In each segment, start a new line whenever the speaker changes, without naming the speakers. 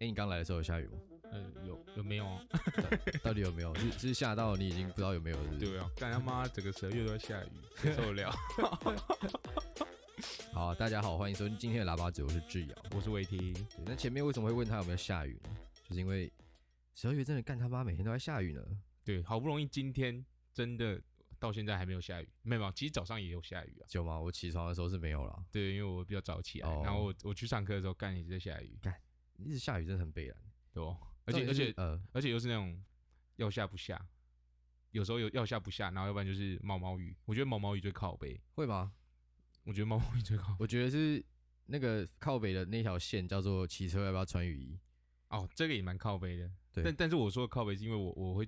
哎，你刚来的时候有下雨 吗？
呃，有有没有啊？
到底有没有？是是下到你已经不知道有没有了是不是？
对啊，干他妈整个十二月都在下 雨，受不了。
好，大家好，欢迎收听今天的喇叭嘴，我是智瑶。
我是伟霆，
对，那前面为什么会问他有没有下雨呢？就是因为十二月真的干他妈每天都在下雨呢。
对，好不容易今天真的到现在还没有下雨，没有没有，其实早上也有下雨啊。
有吗？我起床的时候是没有啦，
对，因为我比较早起来，
哦
然后我我去上课的时候干也是在下雨，
一直下雨真的很悲然。
对哦，而且而
重点是
且
呃，
而且又是那种要下不下，有时候有要下不下，然后要不然就是毛毛雨。我觉得毛毛雨最靠背，
会吗？
我觉得毛毛雨最靠
我觉得是那个靠北的那条线叫做骑车要不要穿雨衣？
哦，这个也蛮靠背的。
对
但但是我说的靠背是因为我我会，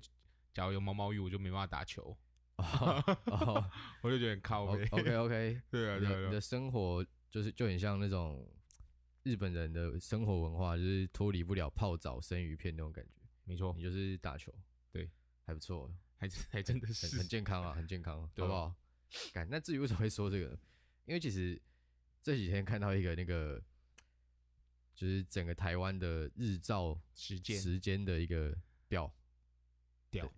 假如有毛毛雨，我就没办法打球，
哦哦
我就觉得很 靠背。
，OK OK，
对啊
你的
对啊
你
对啊，
的生活就是就很像那种日本人的生活文化，就是脱离不了泡澡、生鱼片那种感觉。
没错
你，就是打球，
对，
还不错，
还真还真的
很
是
很健康啊，很健康，
对啊
好不好？感那至于为什么会说这个呢，因为其实这几天看到一个那个，就是整个台湾的日照
实践
时间的一个表
屌
对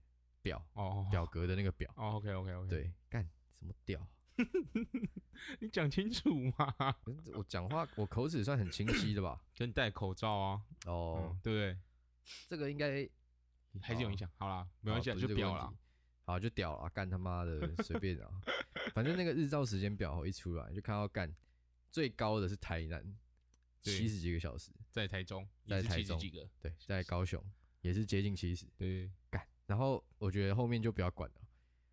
表
哦
表格的那个表，
哦，OK OK OK，
对，干什么屌？
你讲清楚嘛，
我讲话我口齿算很清晰的吧？
跟戴口罩啊，
哦
嗯，，对不对？
这个应该
还是有影响。好啦，没关系
好
啊，
不这
就是
个
表
问
啦
题。。好，就屌了，干他妈 的随便啊！反正那个日照时间表一出来，就看到干最高的是台南，
对
七十几个小时，
在台中，
在
也是
台
七十
中
几个，
对，在高雄也是接近七十，
对，
干。然后我觉得后面就不要管了，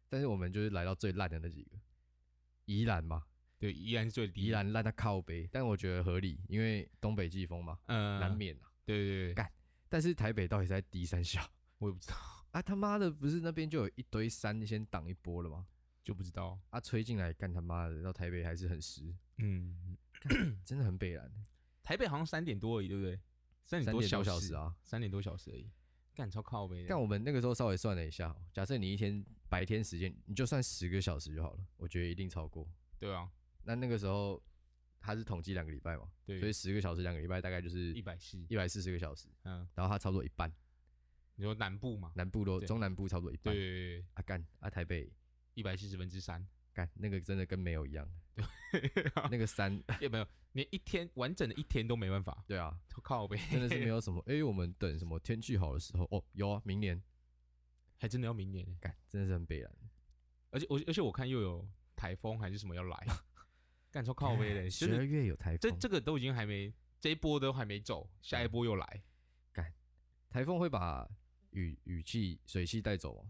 但是我们就是来到最烂的那几个，宜兰嘛，
对，依然是最低。
宜兰烂到靠北，但我觉得合理，因为东北季风嘛，
呃，
难免啊。
对对对，
干但是台北到底是在低三小
我也不知道，
啊？他妈的，不是那边就有一堆山先挡一波了吗？
就不知道。
啊，吹进来干他妈的，到台北还是很湿，
嗯，
真的很北蓝，
台北好像三点多而已，对不对？
三
三
点
点
多
小
小时，啊。
三点多小时而已，干超靠背的。
但我们那个时候稍微算了一下哦，假设你一天白天时间，你就算十个小时就好了，我觉得一定超过。
对啊，
那那个时候他是统计两个礼拜嘛，
对，
所以十个小时两个礼拜大概就是
一百四，
一百四十个小时，
嗯，
然后他差不多一半，
你说南部嘛？
南部都
对
中南部差不多一半。
对，
啊干啊台北
一百四十分 之三，
干那个真的跟没有一样，
啊
那个山
也没有，连一天完整的一天都没办法，
对啊，
超靠背，
真的是没有什么。哎、 我们等什么天气好的时候哦，有啊，明年
还真的要明年欸。
干真的是很北蓝。
而且我而且我看又有台风还是什么要来， 干超靠背的，就
十
是
二月哦有台
这
风，
这个都已经还没，这一波都还没
嗯
走，下一波又来，
台风会把雨雨气、水汽带走吗？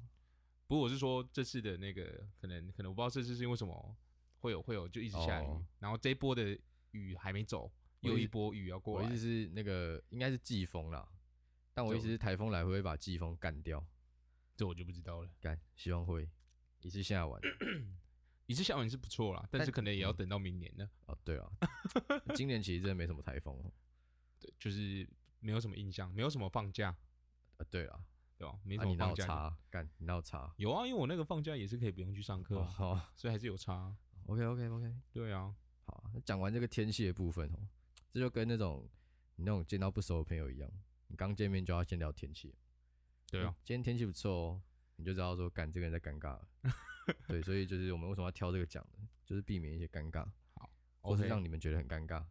不过我是说这次的那个可能可能我不知道这次是因为什么会有会有就一直下雨，
哦
然后这一波的雨还没走，
我
又
意
一
思
波雨要过
我意
来
思。是那个应该是季风啦，但我意思是台风来会不会把季风干掉？
这我就不知道了。
干，希望会一次下 完。
一次下完是不错啦，但是可能也要
嗯
等到明年了。
哦，对啊，今年其实真的没什么台风哦。
对，就是没有什么印象，没有什么放假，
啊，对啊，
对吧？没
啊
什么
你哪
放
有
假。
差？干，你哪有差？
有啊，因为我那个放假也是可以不用去上课，
哦，好
所以还是有差啊。
，OK OK OK，
对啊，
好啊。那讲完这个天气的部分哦，这就跟那种你那种见到不熟的朋友一样，你刚见面就要先聊天气。
对啊
嗯，，今天天气不错哦，你就知道说，干这个人在尴尬 了。对，所以就是我们为什么要挑这个讲呢？就是避免一些尴尬，或是
OK
让你们觉得很尴尬。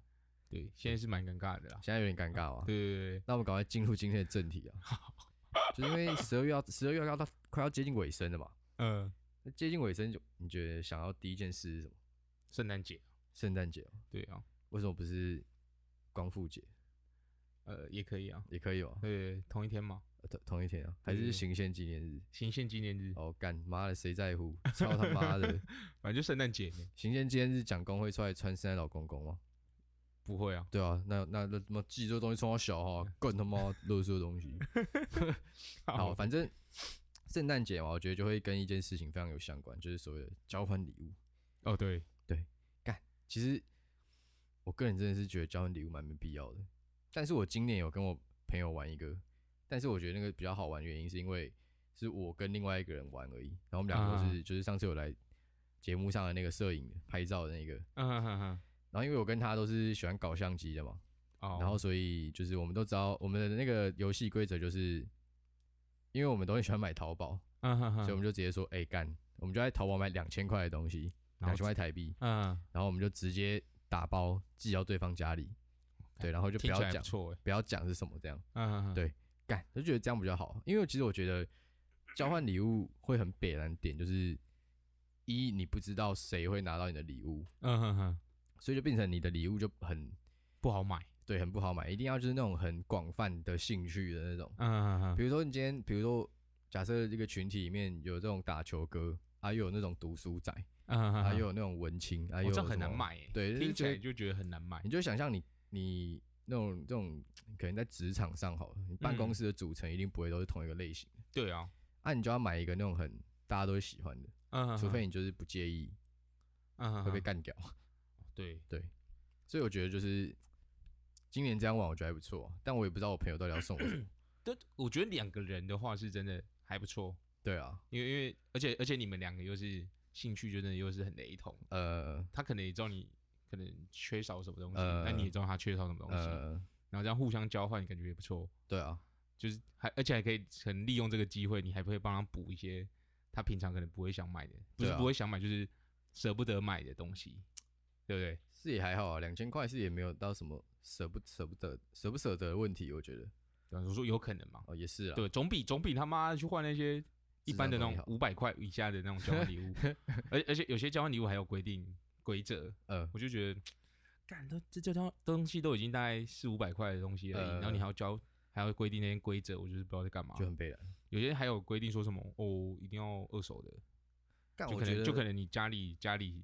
对，现在是蛮尴尬的啦。
现在有点尴尬啊，
对对对对，
那我们赶快进入今天的正 题啊。就是因为十二月要十二月要到快要接近尾声了嘛，
嗯，
那接近尾声就你觉得想要第一件事是什么？
圣诞节，啊
圣诞节哦，
对啊，
为什么不是光复节
呃，也可以啊，
也可以哦？
对，同一天嘛，
呃同同一天啊，还是行宪纪念日？
行宪纪念日，
哦，干妈的谁在乎？操他妈的！
反正就圣诞节没
行宪纪念日讲工会出来穿圣诞老公公吗？
不会啊，
对啊，那那那他妈记这东西冲我小哈，更他妈垃圾的东西。好，反正圣诞节嘛，我觉得就会跟一件事情非常有相关，就是所谓的交换礼物。
哦对，
其实我个人真的是觉得交换礼物蛮没必要的，但是我今年有跟我朋友玩一个，但是我觉得那个比较好玩，原因是因为是我跟另外一个人玩而已，然后我们两个都
啊
是、就是上次有来节目上的那个摄影的拍照的那个，
嗯哼哼哼，
然后因为我跟他都是喜欢搞相机的嘛，
哦，
然后所以就是我们都知道我们的那个游戏规则就是，因为我们都很喜欢买淘宝，
嗯哼
所以我
哼，
们就直接说，哎、干，我们就在淘宝买两千块的东西，两
然后
千块台币，
嗯，
然后我们就直接打包寄到对方家里，对，然后就不
听
要
起来不
讲
错哎，
不要讲是什么这样，
嗯哼哼，
对干，就觉得这样比较好，因为其实我觉得交换礼物会很北蓝点，就是一你不知道谁会拿到你的礼物，
嗯哼哼，
所以就变成你的礼物就很
不好买，
对很不好买，一定要就是那种很广泛的兴趣的那种。
嗯哼哼，
比如说你今天，比如说假设这个群体里面有这种打球哥，啊又有那种读书仔，
嗯哼哼，
啊又有那种文青，啊
哦
又有
这样
什
很难
么，
买哎，
对就是
听起
觉
来
得
就觉得很难买
你，就想象你你那种这种可能在职场上好了，你办公
嗯
室的组成一定不会都是同一个类型，
对啊，
啊你就要买一个那种很大家都会喜欢的，
嗯哼哼，
除非你就是不介意
嗯哼
会被
哼，
干掉，
对，
所以我觉得就是今年这样玩我觉得还不错，啊但我也不知道我朋友到底要送我什 么，
但我觉得两个人的话是真的还不错，
对啊，
因为因为而且而且你们两个又是兴趣，就真的又是很雷同，
呃
他可能也知道你可能缺少什么东西，
呃
那你也知道他缺少什么东西，
呃
然后这样互相交换，感觉也不错。
对啊，
就是还而且还可以很利用这个机会，你还会帮他补一些他平常可能不会想买的，不
对
是
啊
不会想买，就是舍不得买的东西，对不对？
是也还好啊，两千块是也没有到什么舍不舍不得舍不舍得的问题，我觉得
对吧我说有可能嘛，
哦也是啦，
对，总比总比他妈去换那些一般的那
智
种
障
五百块以下的那种交换礼物， 而而且有些交换礼物还有规定规则，
呃
我就觉得，干都这这东东西都已经大概四五百块的东西而已，
呃
然后你还要交还要规定那些规则，我就是不知道在干嘛
就。很悲凉。
有些还有规定说什么哦，一定要二手的，
但
就
我
可
觉得
能就可能你家里家里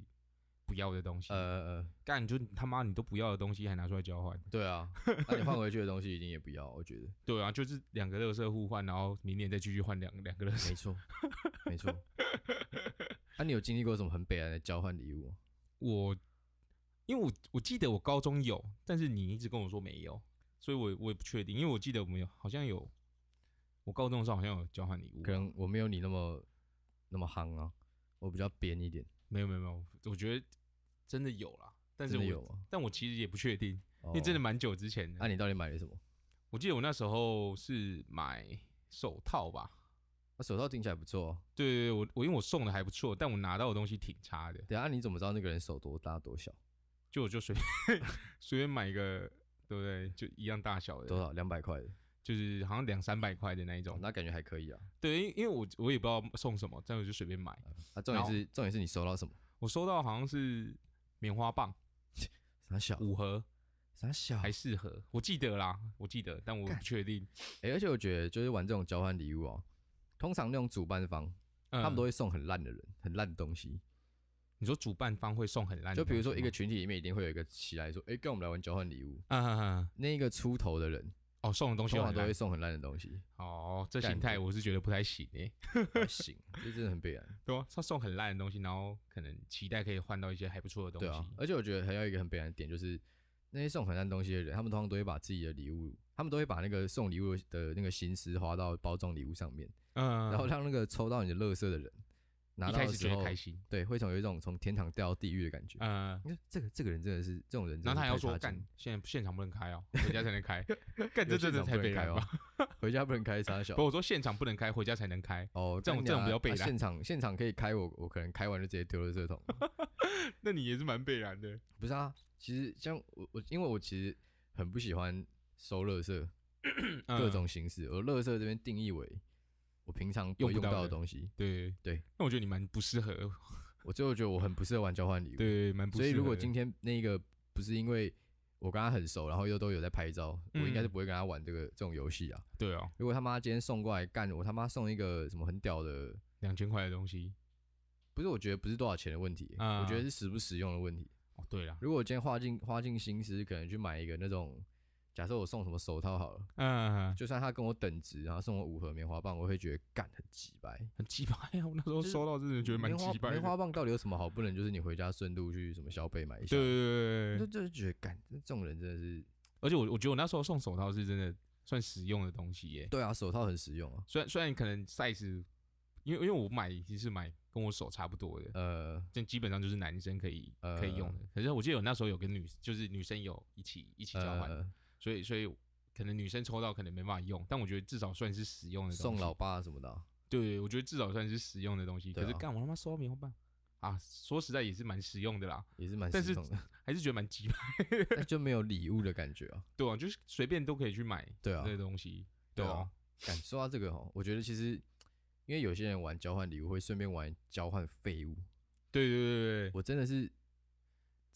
不要的东西，
呃呃
干就他妈你都不要的东西还拿出来交换，
对啊，那你换回去的东西一定也不要，我觉得
对啊，就是两个乐色互换，然后明年再继续换两两个乐色
没。错 没错。那、你有经历过什么很悲哀的交换礼物吗？
我因为我我记得我高中有，但是你一直跟我说没有，所以我我也不确定，因为我记得我们有好像有，我高中的时候好像有交换礼物
可，能我没有你那么那么夯啊，我比较扁一点，
没有没有没有，我觉得真的有啦，但是
真
我
的有吗？
但我其实也不确定，
哦啊
因为真的蛮久之前
那、
的，
你到底买了什么？
我记得我那时候是买手套吧。
那、啊手套听起来不错、哦，
对对对，我我因为我送的还不错，但我拿到的东西挺差的，
等一下啊你怎么知道那个人手多大多小？
就我就随便 随便买一个，对不对？就一样大小
多
的，
少两百块的、
就是好像两三百块的那一
哦
种。
那感觉还可以啊。
对，因因为我我也不知道送什么，但我就随便买。
啊，重点
然后
是重点是你收到什么？
我收到好像是棉花棒
傻小
五盒
傻小，
还四盒，我记得啦，我记得，但我不确定。
欸，而且我觉得就是玩这种交换礼物哦，通常那种主办方、
嗯
他们都会送很烂的人，很烂的东西。
你说主办方会送很烂的
就
东西
比
吗，
如说一个群体里面一定会有一个起来说，哎、跟我们来玩交换礼物。
嗯，嗯嗯
那一个出头的人，
哦，送的东西
通
我
常
很
都
烂
会送很烂的东 西。
哦，这
干
形态我是觉得不太行诶、
不行，这真的很悲哀。
对啊，他送很烂的东西，然后可能期待可以换到一些还不错的东
对
西。
啊，而且我觉得还有一个很悲哀的点就是，那些送很烂东西的人，他们通常都会把自己的礼物，他们都会把那个送礼物的那个心思花到包装礼物上面，
嗯，
然后让那个抽到你的乐色的人拿
一
到
开
的
始
时
觉
候
得，开心，
对，会从有一种从天堂掉到地狱的感觉。
嗯，
你看这个这个人真的是这种人真的是
然后他还要说
太差劲
干，现在现场不能 开哦，回家才能开，干
有
这真
现
的
场
太
不能
悲
开
哀
哦
了吧？
回家不能开傻小
不，。我说现场不能开，回家才能开，
哦，
这种
干
这种
娘
比较北
啊
兰
现场现场可以开我，我可能开完就直接丢了这 桶。
那你也是蛮悲然的。
不是啊，其实像我我因为我其实很不喜欢收垃圾
嗯
各种形式，而垃圾这边定义为我平常不会
用不
用
到
到的
的
东西。
对
对，
那我觉得你蛮不适合，
我最后觉得我很不适合玩交换礼物，
对，蛮不适
所
合的。
以如果今天那个不是因为我跟他很熟，然后又都有在拍照，我应该是
嗯
不会跟他玩这个这种游戏啊。
对哦，
如果他妈今天送过来干我他妈送一个什么很屌的
两千块的东西，
不是，我觉得不是多少钱的问题，
啊
我觉得是实不实用的问题。
哦，对了，
如果我今天花尽花尽心思，可能去买一个那种，假设我送什么手套好了，
嗯，
就算他跟我等值，然后送我五盒棉花棒，我会觉得干很鸡掰。
很鸡掰啊！我那时候
是
收到，真的觉得蛮
棉花
鸡掰
棉
的。
花棒到底有什么好？不能就是你回家顺路去什么小北买一下
对，对对
就
对，
就是觉得干这种人真的是，
而且我我觉得我那时候送手套是真的算实用的东西耶，
对啊，手套很实用啊，
虽然虽然可能 size，因为因为我买其实买跟我手差不多的，
呃，
这基本上就是呃男生可以可以用的。可是我记得我那时候有跟女，就是女生有一起一起交换，
呃，
所以所以可能女生抽到可能没办法用，但我觉得至少算是实用的东
送
西
老爸什么的啊、
对，我觉得至少算是实用的东西。
对
可是
啊
干我他妈收到棉花棒啊，说实在也是蛮实用的啦，
也是蛮
但
实
是
用的，
还是觉得蛮鸡巴，
但就没有礼物的感觉啊。
对啊，就是随便都可以去买
对啊，
这个东西，
对
啊，
啊感受到这个哦，我觉得其实因为有些人玩交换礼物会顺便玩交换废物，
对对对对
我真的是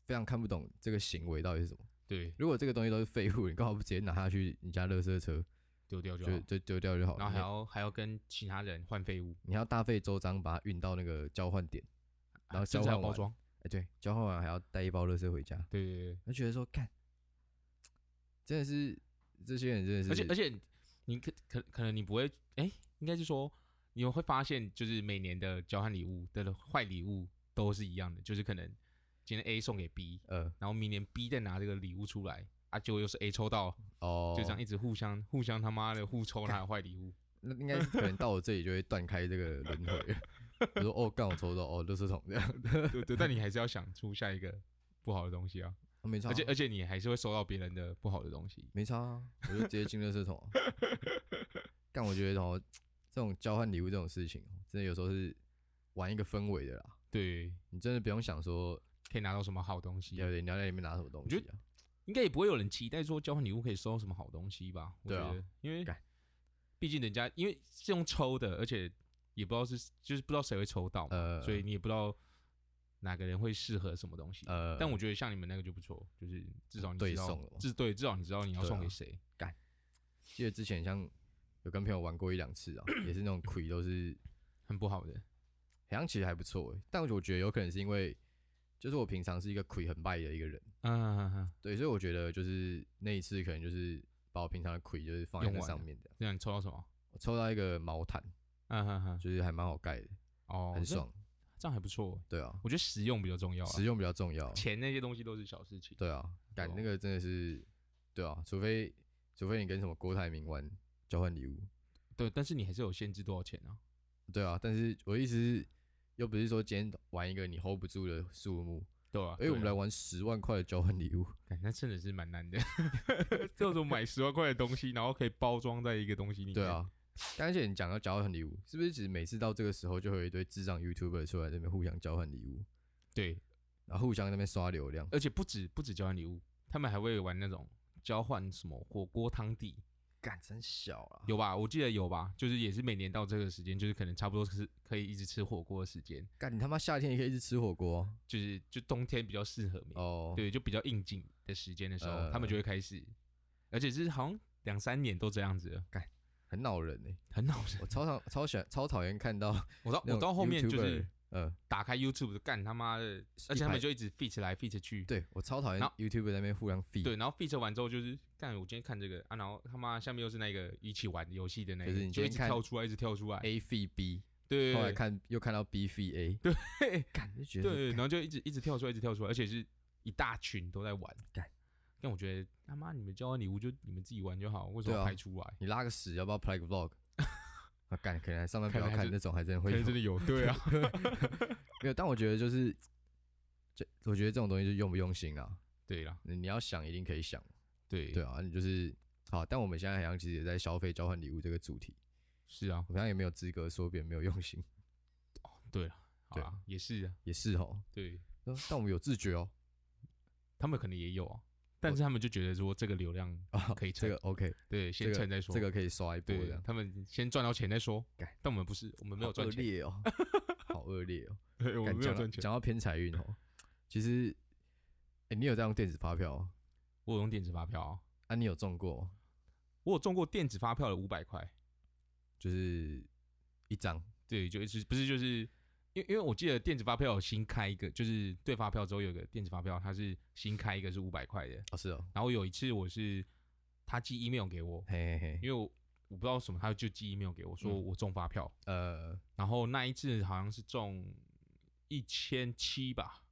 非常看不懂这个行为到底是什么。
对，对
如果这个东西都是废物，你干嘛不直接拿下去你家垃圾车
丢掉就
就
好，
就丢掉就好
然后还
了？
要还要跟其他人换废物，
你你还要大费周章把它运到那个交换点，然后
啊甚
交
至还
换
要包
完
装，
哎，对，交换完还要带一包垃圾回家，
对对对
我就觉得说，看，真的是这些人真的
对，
是，
而且而且你可可可能你不会，哎，应该是说你会发现，就是每年的交换礼物的坏礼物都是一样的，就是可能今天 A 送给 B，
呃，
然后明年 B 再拿这个礼物出来。啊，结果又是 A 抽到，
哦，
就这样一直互相互相他妈的互抽他的坏礼 物。
那应该是可能到我这里就会断开这个轮 回。我说哦，干我抽到哦，垃圾桶这样，
对对，但你还是要想出下一个不好的东西啊，
啊没差啊，
而且而且你还是会收到别人的不好的东西。
没差啊，我就直接进垃圾桶啊。 但我觉得哦，这种交换礼物这种事情哦，真的有时候是玩一个氛围的啦。
对，
你真的不用想说，
可以拿到什么好东西？啊
对对，你要在里面拿什么东西
觉
啊？
应该也不会有人期待说交换礼物可以收到什么好东西吧？我
对
觉
啊
得，因为
干
毕竟人家因为是用抽的，而且也不知道是就是不知道谁会抽到嘛，
呃，
所以你也不知道哪个人会适合什么东西。
呃，
但我觉得像你们那个就不错，就是至少你
对
知道
送了嘛
至对，至少你知道你要
对
送
啊
给谁。
记得之前像有跟朋友玩过一两次啊，也是那种亏都是
很不好的。
好像其实还不错欸，但我觉得有可能是因为，就是我平常是一个亏很败的一个人，
嗯，
对，所以我觉得就是那一次可能就是把我平常的亏就是放在
用
那
完
上
了
面的，
那你抽到什么？
我抽到一个毛毯，
嗯哼哼，
就是还蛮好盖的，
哦，
很
那
爽，
这样还不错。
对啊，
我觉得实用比较重要啊，
实用比较重要 啊，
钱那些东西都是小事情。
对啊，
对
赶
啊
那个真的是，对啊，除非除非你跟什么郭台铭玩交换礼物，
对，但是你还是有限制多少钱啊？
对啊，但是我的意思是，又不是说今天玩一个你 hold 不住的数目，
对啊，
哎，我们
对
来
啊，
玩十万块的交换礼 物，
干那真的是蛮 难的。这种买十万块的东西，然后可以包装在一个东西里面。
对，啊，但而且你讲到交换礼物，是不是其实每次到这个时候就会有一堆智障 YouTuber 出来这边互相交换礼物，
对，
然后互相在那边刷流量？
而且不止不止交换礼物，他们还会玩那种交换什么火锅汤底，
干真小啊！
有吧？我记得有吧？就是也是每年到这个时间，就是可能差不多是可以一直吃火锅的时间，
干你他妈夏天也可以一直吃火锅啊
就是就冬天比较适合没
哦。，
对，就比较应景的时间的时候，他们
呃
就会开始，而且是好像两三年都这样子了，
很恼人哎、
很好笑。
我超讨超喜欢超讨厌看到
我到
那种
我到后面就是
YouTuber 呃，
打开 YouTube 就干他妈的，而且他
排
们就一直 fit 来 fit 去，
对我超讨厌
然后
YouTuber 在那边互相 feed，
对，然后 fit 完之后就是干，我今天看这个啊，然后他妈下面又是那个一起玩游戏的那个，
就是你
就
今
一
天
直
看
跳出来，一直跳出来，
A feed B，
对
后来
对对
看又看到 B feed A，
对，
干就觉得
对，
干
然后就一直一直跳出来，一直跳出来，而且是一大群都在玩
干。
但我觉得他妈你们交换礼物就你们自己玩就好，为什
对
么要
啊
拍出来？
你拉个屎要不要拍个 vlog？啊，干可能上班不
看
要
来
看
这
那种，还真的
可
会有
能真的有，对啊，
没有，但我觉得就是，这我觉得这种东西就用不用心啊，
对啦，
你你要想一定可以想，
对
对啊，你就是好，但我们现在好像其实也在消费交换礼物这个主题，
是啊，
我们好像也没有资格说别人没有用心，
对啦，好
对
啦，也是啊，
也是哦，
对，
呃但我们有自觉哦，
他们可能也有啊，但是他们就觉得说这个流量
啊，
可 以
这
蹭，
个 OK，
对，
这
先
个
蹭再说，
这个可以刷一波这
对
样，，
他们先赚到钱再说
干，
但我们不是，我们没有
好
赚
恶
钱，
劣哦， 好恶劣哦，
对， 我
干
们没有
讲到
赚钱，
讲到偏财运哦，其实，哎，你有在用电子发票哦
我有用电子发票啊，
啊？你有中过哦，
我有中过电子发票的五百块，
就是一张，
对，就一直不是就是，因为因为我记得电子发票有新开一个，就是对发票之后有个电子发票，它是新开一个是五百块的。
哦是哦，
然后有一次我是他寄 email 给我，
嘿嘿嘿，
因为我我不知道什么，他就寄 email 给我说
嗯
我中发票，
呃，
然后那一次好像是中一千七吧，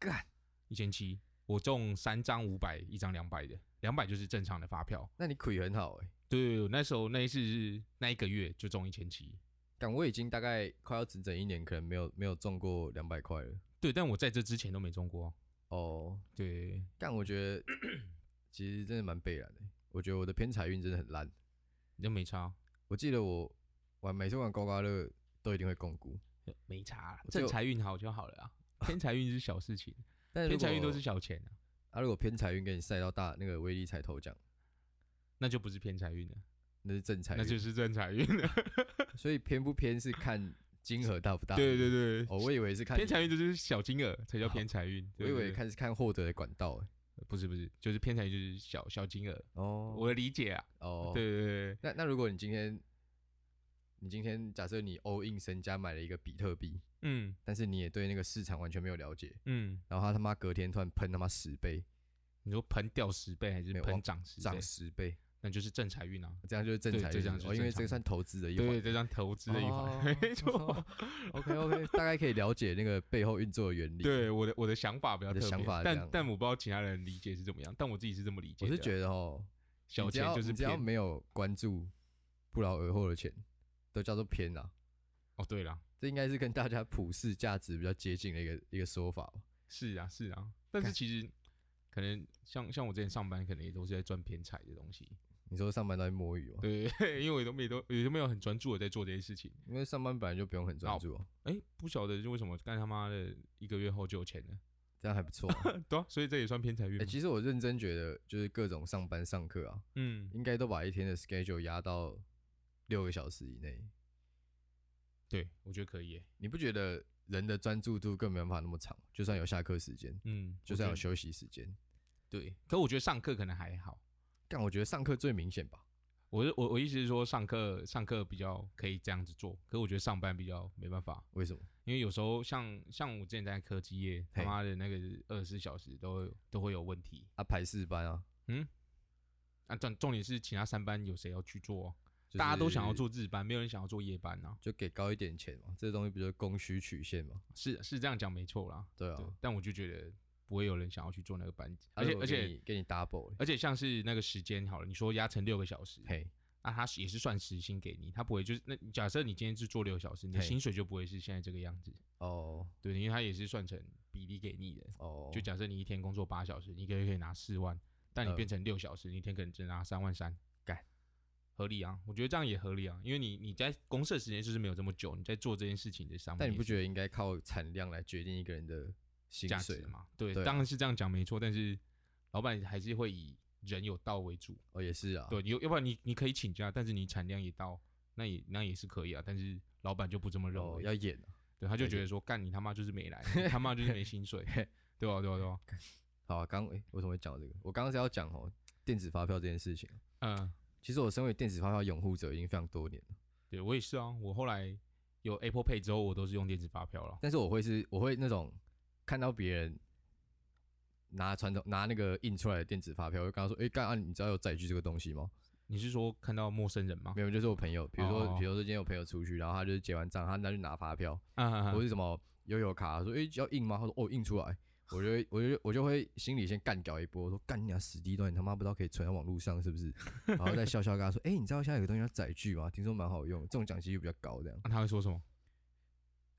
干，
一千七，我中三张五百，一张两百的，两百就是正常的发票。
那你腿很好哎。
对，我那时候那一次是那一个月就中一千七，
但我已经大概快要整整一年，可能没有没有中过两百块了。
对，但我在这之前都没中过啊。
哦，
对，
但我觉得其实真的蛮悲然的。我觉得我的偏财运真的很烂。
你就没差，啊
我记得我玩每次玩刮刮乐都一定会共估，
没差啦，
我
正
啊就
财运好就好了啊。偏财运是小 事情，
但
偏
如
财运
果
都是小钱啊，
啊，如果偏财运给你赛到大那个威力彩头奖，
那就不是偏财运了，
那是正财
那
运，啊
就是正财运了。
所以偏不偏是看金额大不大。
对对对，
哦，我以为是看
偏
你
财运就是小金额才叫
好
偏财运。
我
对
以
对
为
对
看是看获得的管道欸。
不是不是，就是偏财运就是小小金额。
哦，
我的理解啊，
哦，
对对对，对
那那如果你今天，你今天假设你 all in 身家买了一个比特币，
嗯
但是你也对那个市场完全没有了解，
嗯，
然后他他妈隔天突然喷他妈十倍，
你说盆掉十倍还是
没有
盆
往
涨十倍
涨？十倍，
那就是正财运啊。
这样就是正
对
财
这
运
样
是
就
不是哦，因为
正
这个
常
算投资的一环。
对，这张投资的一环，
哦
没错。
OK OK，大概可以了解那个背后运作的原理。，
对我的我的想法比较
你的
特
想
别
法，是这
但
样
但我不知道其他人理解是怎么样，但我自己是这么理解
我
的啊。
是觉得哦，
小
你只
钱
要
就是
你只要
偏
没有关注不劳而获的钱，都叫做偏啊。
哦，对了，
这应该是跟大家普世价值比较接近的一个一个说法吧。
是啊是啊，但是
干
其实可能像像我之前上班，可能也都是在赚偏财的东西，
你说上班都在摸鱼吗？
对， 因为我也都没都也都没有很专注的在做这些事情。
因为上班本来就不用很专
哦
注、哦，
哎，不晓得是为什么干他妈的一个月后就有钱了，
这样还不错啊、
对啊，所以这也算偏财运
哎、
吗。
其实我认真觉得，就是各种上班上课啊，
嗯，
应该都把一天的 schedule 压到六个小时以内。
对，我觉得可以耶。
你不觉得人的专注度更没办法那么长？就算有下课时间，
嗯，
就
我觉
算
得
有休息时间，
对，可我觉得上课可能还好。
但我觉得上课最明显吧。
我是我我意思是说，上课上课比较可以这样子做，可我觉得上班比较没办法，
为什么？
因为有时候像像我之前在科技业，他
嘿
妈的那个二十四小时都都会有问题
啊，排四班啊，
啊。重重点是其他三班有谁要去做啊、
就是
大家都想要，做日班，没有人想要做夜班啊。
就给高一点钱嘛。这东西不就是供需曲线嘛？
是是这样讲没错啦，
对啊。
对，但我就觉得不会有人想要去做那个班级，
啊
而且
如果
而
给
且
你给你 double，嘞
而且像是那个时间好了，你说压成六个小时，
嘿，
那他也是算时薪给你，他不会就是那假设你今天是做六小时，你的
嘿
薪水就不会是现在这个样子，
哦
对，因为他也是算成比例给你的。
哦，
就假设你一天工作八小时，你一个月可以拿四万，但你
呃
变成六小时，你一天可能只拿三万三，
干
合理啊？我觉得这样也合理啊，因为你你在公社时间就是没有这么久，你在做这件事情的上面，
但你不觉得应该靠产量来决定一个人的薪
价
水
值
吗？
嘛？对，
对啊
当然是这样讲没错，但是老板还是会以人有到为主，
哦，也是啊，
对，要要不然你你可以请假，但是你产量也到，那也那也是可以啊，但是老板就不这么认
哦，
为，
要演啊。
对，他就
了
觉
解
得说干你他妈就是没来，你他妈就是没薪 水，对啊吧、对吧、对吧、
好、啊，刚诶、为什么会讲到这个？我刚刚是要讲哦，电子发票这件事情啊。
嗯、
其实我身为电子发票拥护者已经非常多年了，
对我也是啊，我后来有 Apple Pay 之后，我都是用电子发票了。
但是我会是，我会那种看到别人拿传统拿那个印出来的电子发票，我就跟他说：“诶、干啊，你知道有载具这个东西吗
你是说看到陌生人吗？”？
没有，就是我朋友，比如说，
哦
比如说今天有朋友出去，然后他就是结完账，他拿去拿发票，
啊啊啊
或是什么悠游卡，说：“诶、要印吗？”他说：“哦，印出来。”我就会，我就我就会心里先干掉一波，说干你娘死低端，你他妈不知道可以存在网络上是不是？然后再笑笑跟他说，哎、你知道现在有个东西叫载具吗？听说蛮好用的，这种奖金率比较高，这样。
那他会说什么？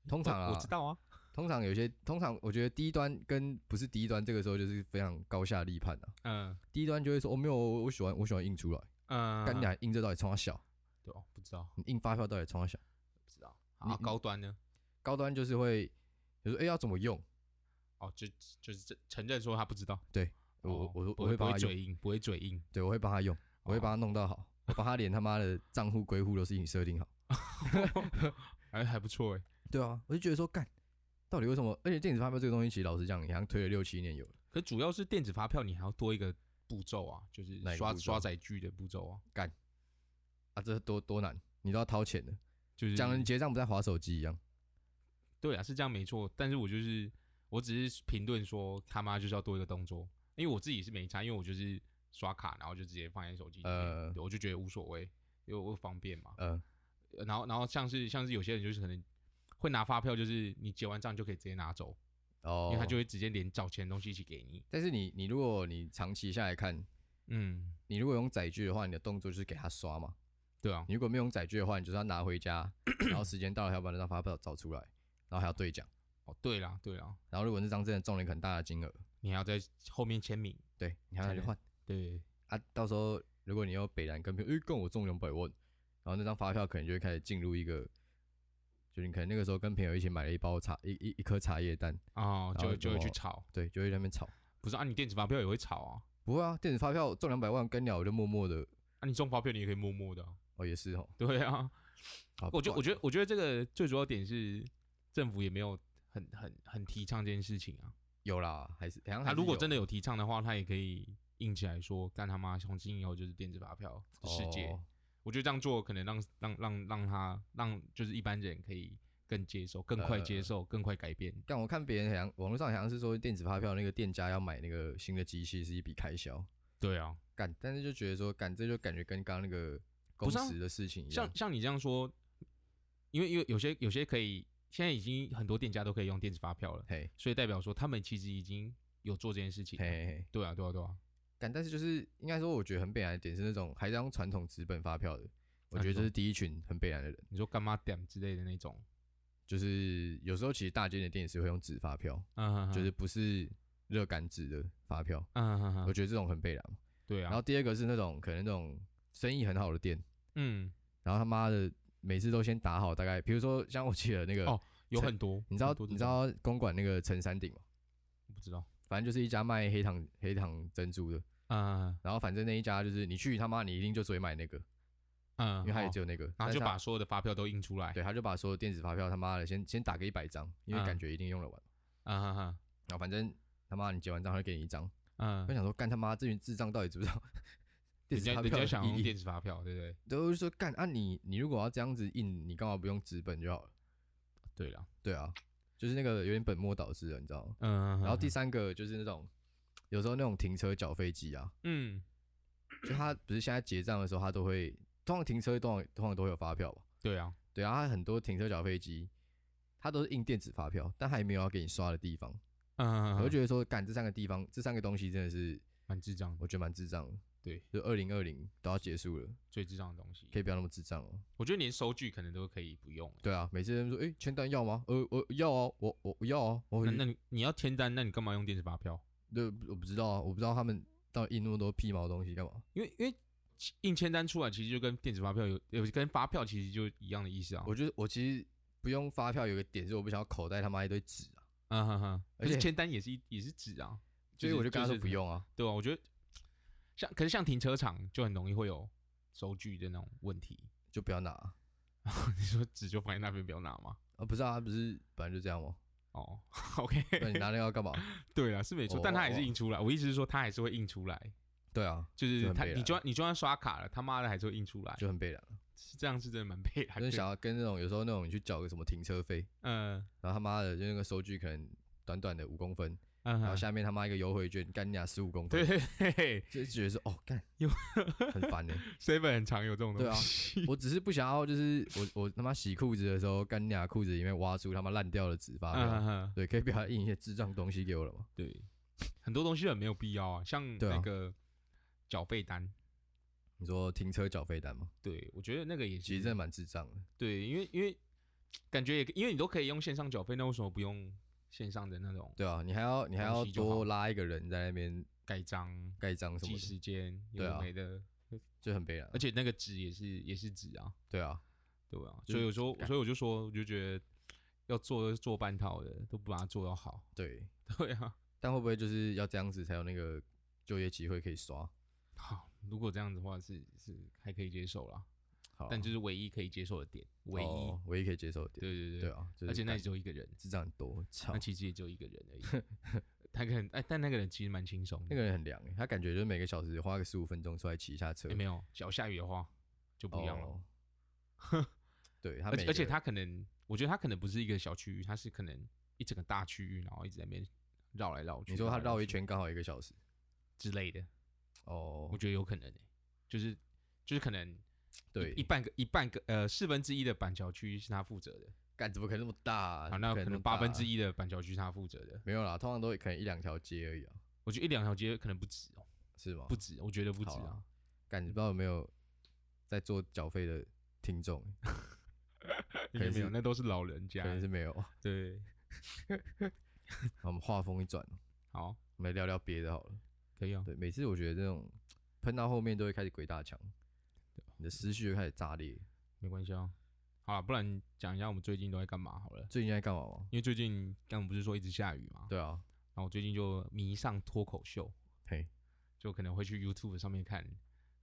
通常
我
啊
我知道啊，
通常有些，通常我觉得低端跟不是低端，这个时候就是非常高下立判啊。
嗯
低端就会说，哦，没有，我我喜欢，我喜欢印出来。
嗯，
干你娘印这到底冲他小？
对哦，不知道
你印发票到底冲他小？
不知道啊，
你
高端呢？
高端就是会，就说，哎、要怎么用？
哦，就就是这承认说他不知道。
我
哦
我我
不
我会哦
不
帮
会
他用，
嘴硬，不会嘴硬。哦
对我会帮他用，我会帮他弄到好，我帮他连他妈的账户归户都是你设定好。
哎，还不错哎。
对啊，我就觉得说，干到底为什么？而且电子发票这个东西，其实老实讲，你好像推了六七年有了，
可主要是电子发票，你还要多一个步骤啊，就是
哪一个
刷
步骤
刷载具的步骤啊，
啊，这多多难，你都要掏钱的，
就是
讲人结账不在划手机一样。
对啊，是这样没错。但是我就是，我只是评论说他妈就是要多一个动作，因为我自己是没差，因为我就是刷卡，然后就直接放在手机里面，
呃
对我就觉得无所谓，因为我方便嘛。
呃，
呃然后，然后像是像是有些人就是可能会拿发票，就是你结完账就可以直接拿走，
哦，
因为他就会直接连找钱的东西一起给你。
但是你你如果你长期下来看，
嗯，
你如果用载具的话，你的动作就是给他刷嘛。
对啊，
你如果没有用载具的话，你就是要拿回家， 然后时间到了还要把那张发票找出来，然后还要兑奖。
哦，对啦，对啦，
然后如果那张真的中了一个很大的金额，
你还要在后面签名，
对你还要
才
去
能
换，
对，
啊，到时候如果你要北南跟朋友，诶、跟我中两百万，然后那张发票可能就会开始进入一个，就是你可能那个时候跟朋友一起买了一包茶，一一一颗茶叶蛋，
哦，
然
就
后
就会去
我
炒，
对，就会在那边吵。
不是啊，你电子发票也会炒啊，
不会啊，电子发票中两百万，跟了我就默默的，
啊，你中发票你也可以默默的啊、
哦，也是哦。
对啊，
好，
我觉得
不管
我觉得我觉得这个最主要点是政府也没有很很很提倡这件事情啊，
有啦，还是好啊像
他如果真
的
的有提倡的话，他也可以硬起来说，干他妈从今以后就是电子发票的世界。
哦
我觉得这样做可能让让让让他让就是一般人可以更接受、更快接
呃
受、更快改变。
但我看别人好像网络上好像是说电子发票那个店家要买那个新的机器是一笔开销，
对啊，
干，但是就觉得说干这就感觉跟刚刚那个
不
工
是啊
时的事情一样
像，像你这样说，因为因为有些有些可以，现在已经很多店家都可以用电子发票了，
嘿，
所以代表说他们其实已经有做这件事情
嘿。嘿嘿。
对啊，对啊，对啊，
但但是就是应该说，我觉得很北南的点是那种还是用传统纸本发票的，
啊
我觉得这是第一群很北南的人。
你说干嘛点之类的那种，
就是有时候其实大间的店也是会用纸发票，
嗯，
就是不是热感纸的发票，
嗯嗯
我
嗯，
觉得这种很北南。
对
然后
啊，
第二个是那种可能那种生意很好的店，
嗯，
然后他妈的每次都先打好大概，比如说像我记得那个，
哦有
陈
很多，
你知道
很多
你知
这种
道公馆那个陈山顶吗？
不知道？
反正就是一家卖黑糖黑糖珍珠的，
嗯
然后反正那一家就是你去他妈你一定就只会买那个，
嗯，
因为他也
哦
只有那个，
然
但
后
是
就
他
把所有的发票都印出来。
对，他就把所有电子发票他妈的先先打个一百张，因为
嗯
感觉一定用得完。
嗯哼哼，
然后反正他妈你结完账他会给你一张，我
嗯，
想说干他妈这群智障到底知不知 道电
人
子
家
发
人
票
家
的
想
意
用
义？
电子发票，对不对？
对，我就说干啊你你如果要这样子印，你干嘛不用纸本就好了？
对了，
对啊，就是那个有点本末倒置了，你知道吗？
嗯，
然后第，三个就是那种有时候那种停车缴费机啊，
嗯，
就他不是现在结账的时候他都会，通常停车通常通常都会有发票吧？
对啊，
对啊，他很多停车缴费机。它都是印电子发票，但它也没有要给你刷的地方，
嗯，
我就觉得说，干这三个地方，这三个东西真的是
蛮智障的，
我觉得蛮智障的。
对，
就二零二零都要结束了，
最智障的东西
可。以不要那么智障哦。
我觉得连收据可能都可以不用欸。
对啊，每次人说，诶，签单要吗？呃，我要啊，我我我要啊，我回
那
去
那你你要签单，那你干嘛用电子发票？
对，我不知道啊，我不知道他们到底印那么多屁毛东西干嘛？
因为因为印签单出来，其实就跟电子发票有有跟发票其实就一样的意思啊。
我觉得我其实不用发票有个点是我不想要口袋他妈一堆纸啊，
嗯哼哼，
而
而且
且
签单也是一也是纸啊，
所以
是
我就跟他说
是
不用啊。
对啊，我觉得像可是像停车场就很容易会有收据的那种问题。
就不要拿啊，
你说纸就放在那边不要拿吗？
啊不是啊，不是本来就这样吗？
哦，OK，
不然你拿那个要干 嘛？
对啊，是没错，
我
但它还
我
是印出来。我意思是说，它还是会印出来，
对啊，
就
就是很
它
悲
你
哀
就算你就算刷卡了，他妈的还是会印出来，
就很悲凉啊。
是这样是真的蛮配的。
就是
对
想要跟那种有时候那种你去缴个什么停车费，
嗯
然后他妈的就那个收据可能短短的五公分，
嗯
然后
哼，
下面他妈一个优惠券，干你俩十五公
对
分，
对 嘿嘿
就觉得说哦干
有，
很烦呢、
，seven 很常有这种
对
东
啊
西。
我只是不想要，就是我我他妈洗裤子的时候，干你俩裤子里面挖出他妈烂掉的纸发
嗯
票，
哼哼，
对，可以不要印一些智障东西给我了吗？
对，很多东西很没有必要啊，像
对啊
那个缴费单，
你说停车缴费单吗？
对我觉得那个也
其实
是
真的蛮智障的，
对，因为因为感觉也因为你都可以用线上缴费，那为什么不用线上的那种
对啊，你还要你还
东
要
西就好
多拉一个人在那边
盖章、
盖章什
记
么的，
时间有
对
的
啊
没的？
就很悲凉
而。且那个纸也是也是纸啊，
对啊，
对啊，
就
所以
是
我说，
干
所以我就说，我就觉得要做就做半套的，都不把它做到好。
对，
对啊，
但会不会就是要这样子才有那个就业机会可以刷？
好，如果这样子的话是是还可以接受啦，
好啊，
但就是唯一可以接受的点，唯一，
哦唯一可以接受的点，
对对对，
对啊，就是
而且那
干
里只有一个人，
智障很多，操
那，其实也只有一 个人而已。他可能哎，但那个人其实蛮轻松的，
那个人很凉欸，他感觉就是每个小时花个十五分钟出来骑一下车
哎，没有，只要下雨的话就不一样了。
哦对他
而
每
且
个，
而且他可能，我觉得他可能不是一个小区域，他是可能一整个大区域，然后一直在那边绕来绕去。
你说他
来绕
绕一
去
圈刚好一个小时，
之类的，
哦
我，觉得有可能、欸，就是就是可能
对
一，半个一半个呃四分之一的板桥区是他负责的，
干怎么可能那么大啊？
好，那
不
可能
么
八
大
分
啊
之一的板桥区是他负责的。
没有啦，通常都可能一两条街而已啊，
我觉得一两条街可能不止哦、
是吗？
不止，我觉得不止
好
啊
啊。干，你不知道有没有在做缴费的听众，
应
啊可
该
能
没有，
是
那都是老人
可
家。
能是没有。
对，
好我们话锋一转，
好，
我们来聊聊别的好了。
可以啊，
对，每次我觉得这种喷到后面都会开始鬼打墙，你的思绪就开始炸裂。
没关系啊。好了，不然讲一下我们最近都在干嘛好了。
最近在干嘛吗？
因为最近刚刚不是说一直下雨嘛，
对啊，
然后我最近就迷上脱口秀，
嘿，
就可能会去 YouTube 上面看，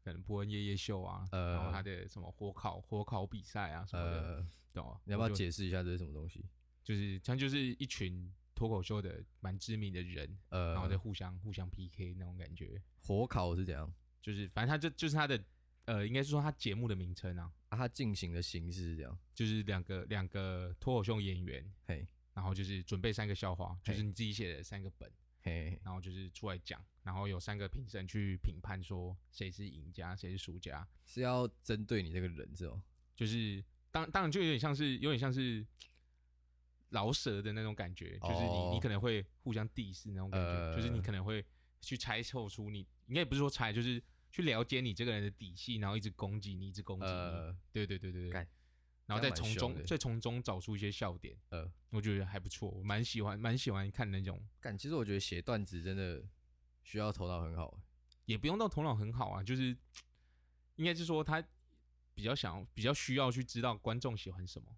可能伯恩夜夜秀啊，
呃
然后他的什么火烤火烤比赛啊什么的，
呃，
懂吗？
你要不要
我就
解释一下这是什么东西？
就是他就是一群脱口秀的蛮知名的人，
呃，
然后再互相互相 PK 那种感觉，
火烤是怎样？
就是反正他这就是他的呃，应该是说他节目的名称啊，
啊，它进行的形式是这样，
就是两个两个脱口秀演员，
嘿，
然后就是准备三个笑话，
嘿
就是你自己写的三个本，
嘿，嘿
然后就是出来讲，然后有三个评审去评判说谁是赢家，谁是输家，
是要针对你这个人是吗？
就是当当然就有点像是有点像是饶舌的那种感觉，就是你、
哦
你可能会互相 diss 那种感觉，
呃
就是你可能会去猜透出你应该也不是说猜，就是去了解你这个人的底细，然后一直攻击你，一直攻击你，
呃
对对对对对
干，
然后再
这样蛮
从
凶
中
的
再从中找出一些笑点，
呃，
我觉得还不错，我蛮喜欢蛮喜欢看那种，
干，其实我觉得写段子真的需要头脑很好，
也不用到头脑很好啊，就是应该是说他比较想比较需要去知道观众喜欢什么，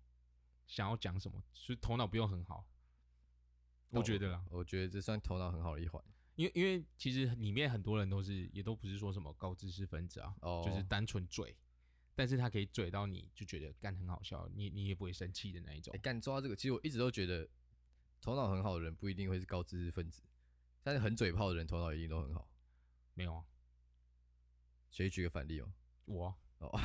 想要讲什么，所以头脑不用很好，我觉得啦，
欸我觉得这算头脑很好的一环。
因为因为其实里面很多人都是也都不是说什么高知识分子啊，
哦，
就是单纯嘴，但是他可以嘴到你就觉得干很好笑，你你也不会生气的那一种
哎，。干说到这个，其实我一直都觉得头脑很好的人不一定会是高知识分子，但是很嘴炮的人头脑一定都很好。
没有啊，
谁举个反例哦？
我啊
哦，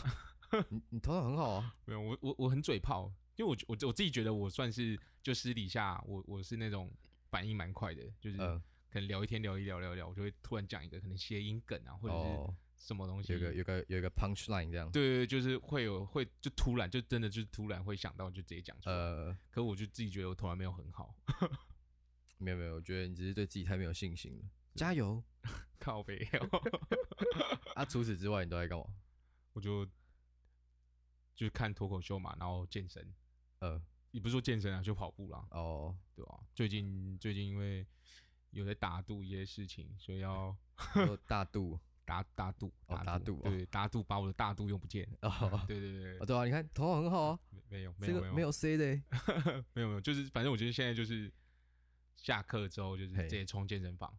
你你头脑很好啊，
没有，我我我很嘴炮，因为我我我自己觉得我算是就私底下我我是那种反应蛮快的，就是。
嗯，
可能聊一天聊一聊聊一聊，我就会突然讲一个可能谐音梗啊，或者是
哦，
什么东西。
有个有个有个 punch line 这样，
对对对，就是会有会就突然就真的就是突然会想到就直接讲出来。
呃，
可我就自己觉得我头脑没有很好，
没有没有，我觉得你只是对自己太没有信心了，加油！
靠背、
啊，除此之外你都在干嘛？
我就就看脱口秀嘛，然后健身，
呃，
也不是说健身啊，就跑步啦，
哦，
对吧、最近最近因为有在打赌一些事情，所以要
你说大肚
打打赌，
哦打
赌
赌，哦
对打赌把我的大肚用不见。
哦，
对对对
哦
对，
对啊，你看头脑很好啊，
没没有没
这
有
个没有 C 的欸，
没有没有，就是反正我觉得现在就是下课之后就是
嘿
直接冲健身房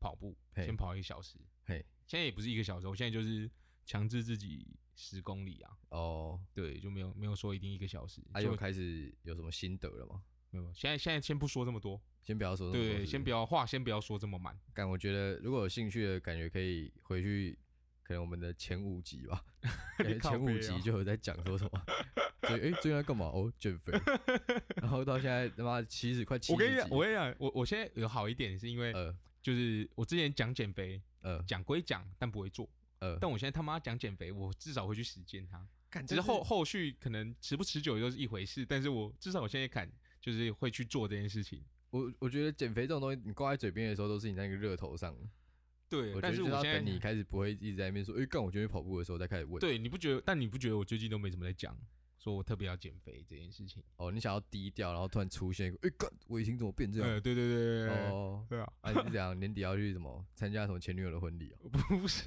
跑步，
嘿
先跑一个小时。
嘿，
现在也不是一个小时，我现在就是强制自己十公里啊。
哦，
对，就没有没有说一定一个小时。
啊，
就
有开始有什么心得了吗？
没有没有，现在现在先不说这么多，
先不要说那么多，
对，
是
先不
是
要话先不要说这么满。
干，我觉得如果有兴趣的感觉可以回去，可能我们的前五集 吧，感觉
靠
前五
背
集
啊
就有在讲说什 么，所以哎，最近在干嘛？哦，减肥，然后到现在他妈七十快七
我
十
跟你
集
讲，，我跟你讲，我我现在有好一点，是因为
呃
就是我之前讲减肥，
呃
讲归讲，但不会做。
呃，
但我现在他妈讲减肥，我至少会去实践它。
干
只
这
是后后续可能持不持久又是一回事，但是我至少我现在看就是会去做这件事情。
我我觉得减肥这种东西，你挂在嘴边的时候都是你那个热头上。
对，
我觉
但
得
是
就是
我
要
现在
等你开始不会一直在那边说，哎、干我今天去跑步的时候再开始问。，
对你不觉得？但你不觉得我最近都没怎么在讲，说我特别要减肥这件事情？
哦，你想要低调，然后突然出现一个，哎、干我已经怎么变这样？
呃，对对对对对，
哦，
对啊，
啊你是怎样？年底要去什么参加什么前女友的婚礼哦？
不是，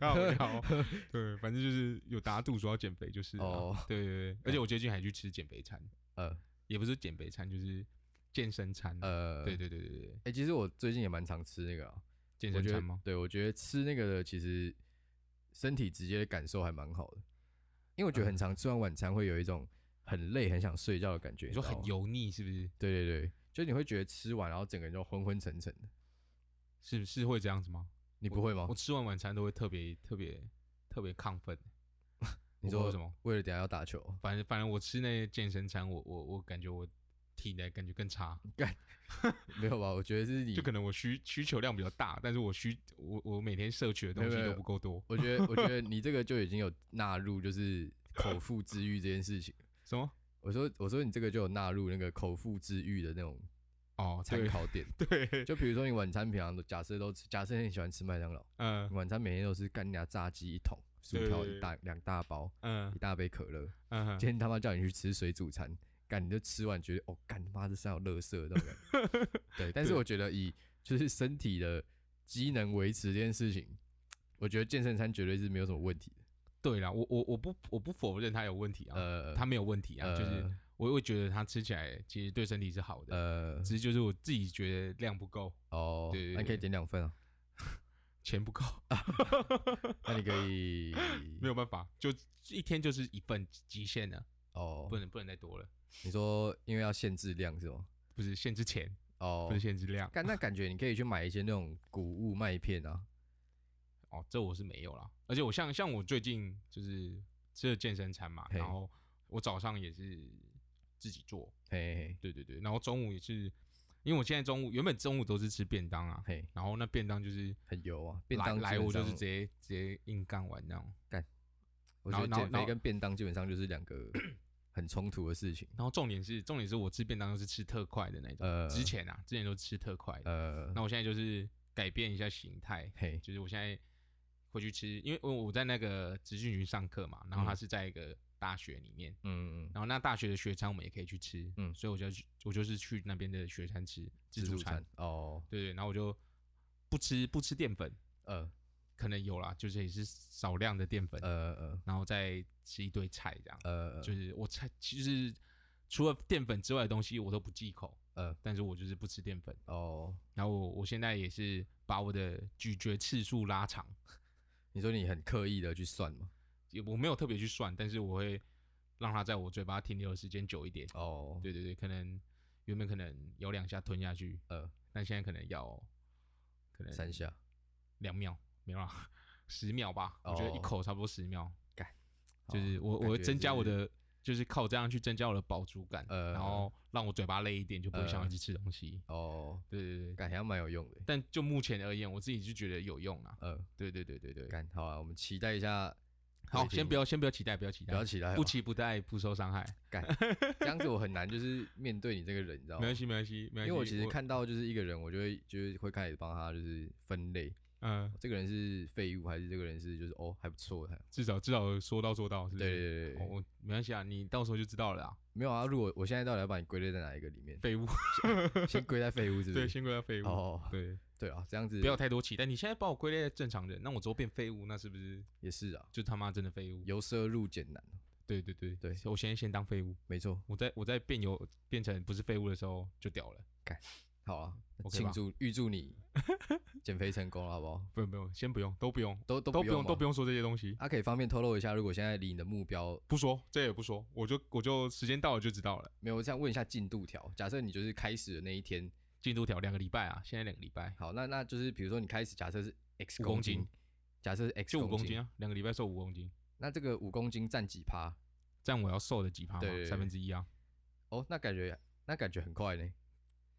好好， 对，反正就是有打赌说要减肥，就是哦嗯
哦，
对对对，而且我最近还去吃减肥餐，
呃
也不是减肥餐，就是健身餐。
呃，
对
哎、
对对对对，
其实我最近也蛮常吃那个啊，
健
我
身
觉得
餐吗？
对，我觉得吃那个的其实身体直接的感受还蛮好的，因为我觉得
嗯
很常吃完晚餐会有一种很累、很想睡觉的感觉。
你说
知道
很
吗？
油腻是不是？
对对对，就你会觉得吃完然后整个人就昏昏沉沉的，
是是会这样子吗？
你不会吗
我？吃完晚餐都会特别特别特别亢奋。
你
我不知道
说
为什么？
为了等一下要打球，
反正反正我吃那些健身餐，我我我感觉我体能感觉更差，
嗯没有吧？我觉得是你
就可能我需需求量比较大，但是我需我我每天摄取的东西
没有没
都
有
不够多。
我觉得，我觉得你这个就已经有纳入就是口腹之欲这件事情。
什么？
我说，我说你这个就有纳入那个口腹之欲的那种
哦，
参
对
考点。
对，
就比如说你晚餐平常都假设都吃，假设你喜欢吃麦当劳，
嗯
你晚餐每天都是干你家炸鸡一桶，薯条一大两大包，
嗯
一大杯可乐。
嗯，
今天他妈叫你去吃水煮餐， 干你就吃完觉得 哦，干他妈这是有垃圾的那种感觉。对，但是
对
我觉得以就是身体的机能维持这件事情，我觉得健身餐绝对是没有什么问题的。
对啦，我我我不我不否认它有问题啊，
呃，
它没有问题啊，
呃
就是我会觉得它吃起来其实对身体是好的，
呃
只是就是我自己觉得量不够，
哦，
对对
那你可以
对
点两 份啊，
钱不够，
那你可以
没有办法，就一天就是一份极限了，
哦
不，能不能再多了，
你说因为要限制量是吗？
不是限制钱，
哦
不是，限制量。
感那感觉你可以去买一些那种谷物麦片啊，
哦，这我是没有啦。而且我像像我最近就是吃了健身餐嘛，
嘿
然后我早上也是自己做，
嘿嘿
对对对，然后中午也是，因为我现在中午原本中午都是吃便当啊，
嘿，
然后那便当就是
很油啊，便
来
当
来
基本
我就是
上
直接直接硬干完那种，
我觉得
然
减
后然后然
肥
后
跟便当基本上就是两个 很冲突的事情。
然后重点是重点是我吃便当都是吃特快的那种，
呃
之前啊之前都吃特快的，
呃，
那我现在就是改变一下形态，
嘿，
就是我现在会去吃，因为我我在那个职训局上课嘛，然后他是在一个大学里面。
嗯嗯嗯，
然后那大学的学餐我们也可以去吃，
嗯
嗯，所以我就去，我就是去那边的学餐吃自助餐，
哦，
对对，然后我就不吃不吃淀粉，
呃
可能有啦，就是也是少量的淀粉，
呃呃
然后再吃一堆菜这样，
呃
就
呃，
是我菜其实除了淀粉之外的东西我都不忌口，
呃
呃，但是我就是不吃淀粉，
哦，
然后我我现在也是把我的咀嚼次数拉长，
你说你很刻意的去算吗？
也我没有特别去算，但是我会让它在我嘴巴停留的时间久一点，
哦，
对对对，可能原本可能咬两下吞下去，
呃，
但现在可能咬可能
三下，
两秒，没有啦，十秒吧，我觉得一
哦
口差不多十秒，
好
就是我
感
我会
觉
增加我
是
的，就是靠这样去增加我的饱足感，
呃
然后让我嘴巴累一点，就不会想
呃
一直吃东西。
哦，
对对对，
感觉还蛮有用的。
但就目前而言，我自己就觉得有用啊。
呃，
对对对对对，
感好啊，我们期待一下。
好，先不要先不要期待，不要期
不
待，
要期待哦，
不期不待，不受伤害，
干，这样子我很难就是面对你这个人，你知道
没
吗
关？系没关系没关系。
因为我其实，看到就是一个人，我就会就是会开始帮他就是分类，哦
嗯，
这个人是废物还是这个人是就是哦还不错的，
至少至少说到做到，是不
对
是？
对对对对
哦，我没关系啊，你到时候就知道了啊。
没有啊，如果我现在到底要把你归类在哪一个里面？
废物，
先归在废物是不
对，
是？
先归到废物。
哦，
对，
对啊，这样子
不要太多期待。你现在把我归类在正常人，那我之后变废物，那是不是
也是啊，
就他妈真的废物？
由奢入俭难，
对对对
对
我现在先当废物，
没错。
我在我在变有变成不是废物的时候就屌了。
好啊，那
OK
庆
吧
祝预祝 你减肥成功了，好不好？
不用不用，先不用，都不用，
都都
都不用
吗
都不。用说这些东西，
啊，可以方便透露一下，如果现在离你的目标
不说，这也不说，我就我就时间到了就知道了。
没有，我这样问一下进度条。假设你就是开始的那一天，
进度条两个礼拜啊，现在两个礼拜，
好，那那就是比如说你开始假设是 x
五公
斤
斤，
假设是 x
就五公
斤
斤，啊，两个礼拜瘦五公斤，
那这个五公斤占几趴？
占我要瘦的几趴嘛
对对，对
三分之一啊。
哦，那感觉那感觉很快呢。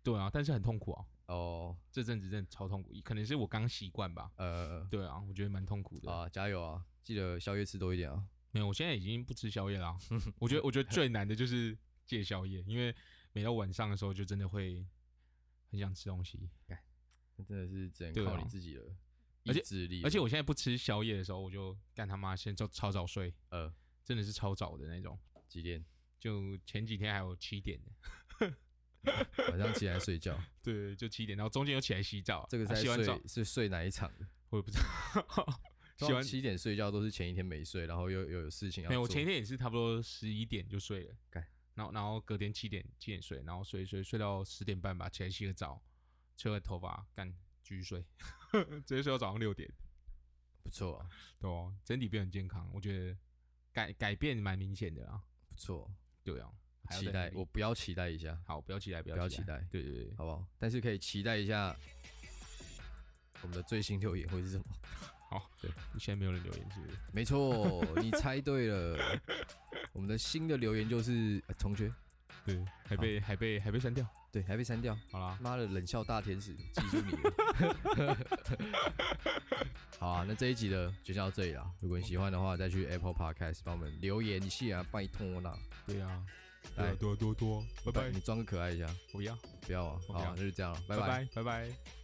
对啊，但是很痛苦啊，
哦，
这阵子真的超痛苦，可能是我刚习惯吧。
呃，
对啊，我觉得蛮痛苦的。
啊，加油啊！记得宵夜吃多一点啊。
没有，我现在已经不吃宵夜 了啊、我觉得，我觉得最难的就是戒宵夜，因为每到晚上的时候，就真的会很想吃东西。
那真的是只能
对
靠
啊
你自己的
而
意
且
志力了。
而且我现在不吃宵夜的时候，我就干他妈先超超早睡，
呃，
真的是超早的那种。
几点？
就前几天还有七点的，
晚上起来睡觉，
对，就七点，然后中间又起来洗澡，
这个
啊
在
洗完澡
睡是睡哪一场的？
我也不知道。
通
洗
常
完
七点睡觉都是前一天没睡，然后又又有事情要做。
没有，我前一天也是差不多十一点就睡了
干，
然后然后隔天七点七点睡，然后睡一睡睡到十点半吧，起来洗个澡，吹个头发，干继续睡， 直接睡到早上六点，
不错啊，
对哦，整体变很健康，我觉得改改变蛮明显的啊，
不错，
对啊，还要
期
再
待
努力
我不要期待一下，
好，不要期待，不
不要
要
期待
对对对，
好不好？但是可以期待一下我们的最新留言会是什么？
现在没有人留言是不是？
没错，你猜对了， 我们的新的留言就是、呃同学，
对，还被还被还被删掉，
对，还被删掉。
好啦，
妈的，冷笑大天使，记住你了。 好啊，那这一集的就先到这里啦。如果你喜欢的话，再去 Apple Podcast 帮我们留言一下啊，拜托啦。
对啊，对
来
啊，多多多，拜拜
你，装个可爱一下，
我要，
不要啊。
我
好
不
啊
要，
那就这样了，拜拜。
拜拜，拜拜。